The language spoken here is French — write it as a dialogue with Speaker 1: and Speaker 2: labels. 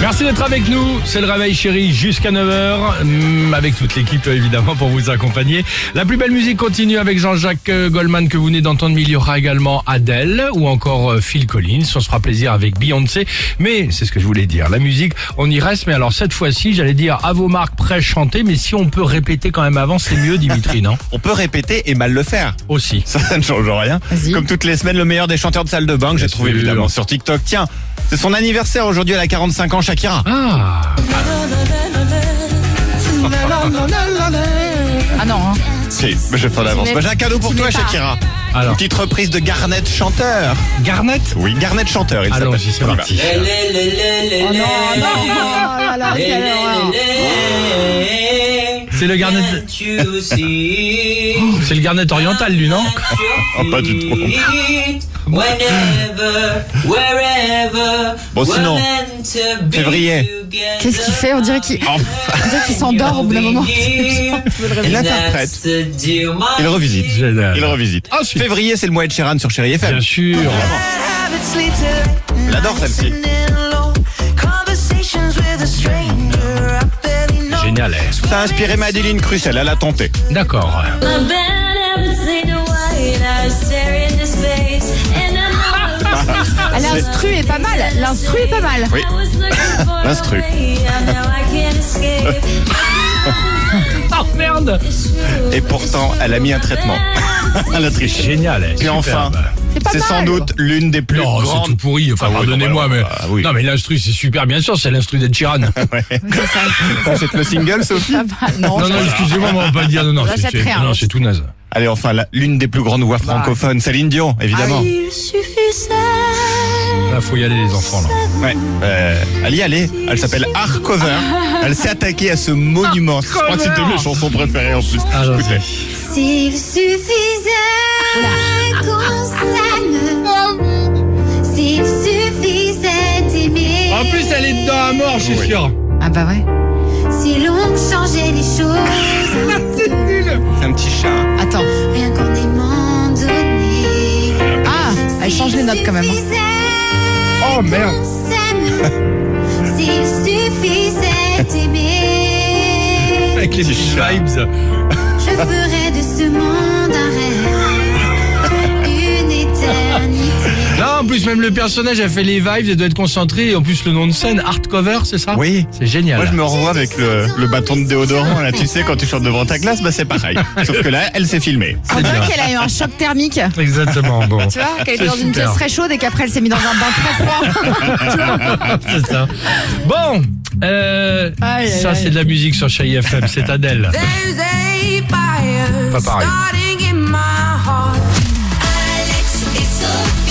Speaker 1: Merci d'être avec nous. C'est le réveil chéri jusqu'à 9h. Avec toute l'équipe évidemment pour vous accompagner. La plus belle musique continue avec Jean-Jacques euh, Goldman que vous venez d'entendre. Mais il y aura également Adele ou encore euh, Phil Collins. On se fera plaisir avec Beyoncé. Mais c'est ce que je voulais dire. La musique, on y reste. Mais alors cette fois-ci, j'allais dire à vos marques prêts chanter. Mais si on peut répéter quand même avant, c'est mieux Dimitri, non
Speaker 2: On peut répéter et mal le faire.
Speaker 1: Aussi.
Speaker 2: Ça, ça ne change rien.
Speaker 3: Vas-y.
Speaker 2: Comme toutes les semaines, le meilleur des chanteurs de salle de bain que j'ai
Speaker 1: Bien
Speaker 2: trouvé
Speaker 1: sûr.
Speaker 2: évidemment sur TikTok. Tiens, c'est son anniversaire aujourd'hui, elle a 45 ans, Shakira.
Speaker 1: Ah
Speaker 3: Ah non, hein.
Speaker 2: Si, mais je vais faire d'avance.
Speaker 3: Tu
Speaker 2: Bah,
Speaker 3: mets-
Speaker 2: j'ai un cadeau pour
Speaker 3: tu
Speaker 2: toi,
Speaker 3: mets pas.
Speaker 2: Shakira.
Speaker 1: Alors.
Speaker 2: Une petite reprise de Garnet Chanteur.
Speaker 1: Garnet
Speaker 2: Oui, Garnet Chanteur, il s'appelle.
Speaker 1: Allons-y, Ah c'est
Speaker 2: On y va.
Speaker 1: parti.
Speaker 4: Eh
Speaker 3: Oh non, non, non, là, là, quelle horreur.
Speaker 1: C'est le Garnet.
Speaker 4: Tu aussi.
Speaker 1: C'est le Garnet oriental, lui, non
Speaker 2: Ah, pas du tout.
Speaker 4: Whenever, wherever,
Speaker 2: Bon,
Speaker 4: we're
Speaker 2: sinon,
Speaker 4: meant to be
Speaker 2: février.
Speaker 4: together.
Speaker 3: Qu'est-ce qu'il fait On dirait qu'il
Speaker 2: Enfin,
Speaker 3: on dirait qu'il s'endort au bout d'un moment.
Speaker 2: il interprète. Il revisite.
Speaker 1: Génial.
Speaker 2: Il revisite.
Speaker 1: Ah, super.
Speaker 2: Février, c'est le mois de Sheeran sur Chéri FM.
Speaker 1: Bien sûr.
Speaker 2: L'adore, celle-ci.
Speaker 1: Génial.
Speaker 2: Ça a inspiré Madeleine Crucel, elle a tenté.
Speaker 1: D'accord.
Speaker 3: Ah, L'instru est pas mal. L'instru est pas mal.
Speaker 2: Oui. L'instru.
Speaker 1: Oh merde
Speaker 2: Et pourtant, elle a mis un traitement. elle a triché.
Speaker 1: Génial.
Speaker 2: Et
Speaker 1: superbe.
Speaker 2: enfin,
Speaker 3: C'est pas
Speaker 2: c'est sans
Speaker 3: mal.
Speaker 2: doute l'une des plus
Speaker 1: Non, c'est tout
Speaker 2: grandes.
Speaker 1: pourri. Enfin,
Speaker 2: Ah oui,
Speaker 1: pardonnez-moi,
Speaker 2: bah,
Speaker 1: mais.
Speaker 2: bah, oui.
Speaker 1: Non, mais l'instru, c'est super, bien sûr, c'est l'instru d'Ed Sheeran. non,
Speaker 3: C'est ça,
Speaker 2: T'achètes le single, Sophie
Speaker 3: pas mal. Non,
Speaker 1: non, excusez-moi, mais on hein. va pas dire. Non, non, c'est-
Speaker 3: J'achète
Speaker 1: c'est
Speaker 3: rien.
Speaker 1: non, c'est tout naze.
Speaker 2: Allez, enfin, la- l'une des plus grandes voix francophones, Céline Dion,
Speaker 5: Ah
Speaker 2: évidemment.
Speaker 1: Là, faut y aller, les enfants, là.
Speaker 2: Ouais. Euh, elle y allait. Elle s'appelle Art Cover. Elle s'est attaquée à ce monument. Je crois que Oh, c'est une de mes chansons préférées en plus.
Speaker 1: Alors,
Speaker 2: Écoutez.
Speaker 5: S'il suffisait qu'on s'aime, s'il suffisait d'aimer,
Speaker 1: En plus, elle est dedans à mort, je suis
Speaker 2: Oui.
Speaker 1: sûr.
Speaker 3: Ah bah ouais.
Speaker 5: si l'on changeait les choses,
Speaker 2: C'est un petit chat.
Speaker 3: Attends.
Speaker 5: rien qu'on ait mandonné.
Speaker 3: Ah, elle change les notes quand même. hein.
Speaker 2: Oh merde.
Speaker 5: Qu'on s'aime, s'il suffisait d'aimer,
Speaker 1: Avec les
Speaker 2: Petit
Speaker 1: petites
Speaker 2: chat.
Speaker 1: vibes.
Speaker 5: je ferais de ce monde un rêve, une éternité.
Speaker 1: Non, en plus, même le personnage a fait les vibes et doit être concentré. Et en plus, le nom de scène, hardcover, c'est ça
Speaker 2: Oui.
Speaker 1: C'est génial.
Speaker 2: Moi, je me revois avec le, le bâton de déodorant. Là, tu sais, quand tu chantes devant ta glace, bah, c'est pareil. Sauf que là, elle s'est filmée.
Speaker 3: On dirait qu'elle a eu un choc thermique.
Speaker 1: Exactement, bon.
Speaker 3: Tu vois, qu'elle était
Speaker 1: C'est
Speaker 3: dans une
Speaker 1: super.
Speaker 3: pièce très chaude et qu'après elle s'est mise dans un bain très froid.
Speaker 1: C'est ça. Bon, euh,
Speaker 3: Aïe, aïe,
Speaker 1: ça
Speaker 3: aïe.
Speaker 1: c'est de la musique sur Chérie FM, c'est Adèle.
Speaker 6: There's a fire
Speaker 1: Pas pareil.
Speaker 6: starting in my heart.
Speaker 5: Alex et Sophie.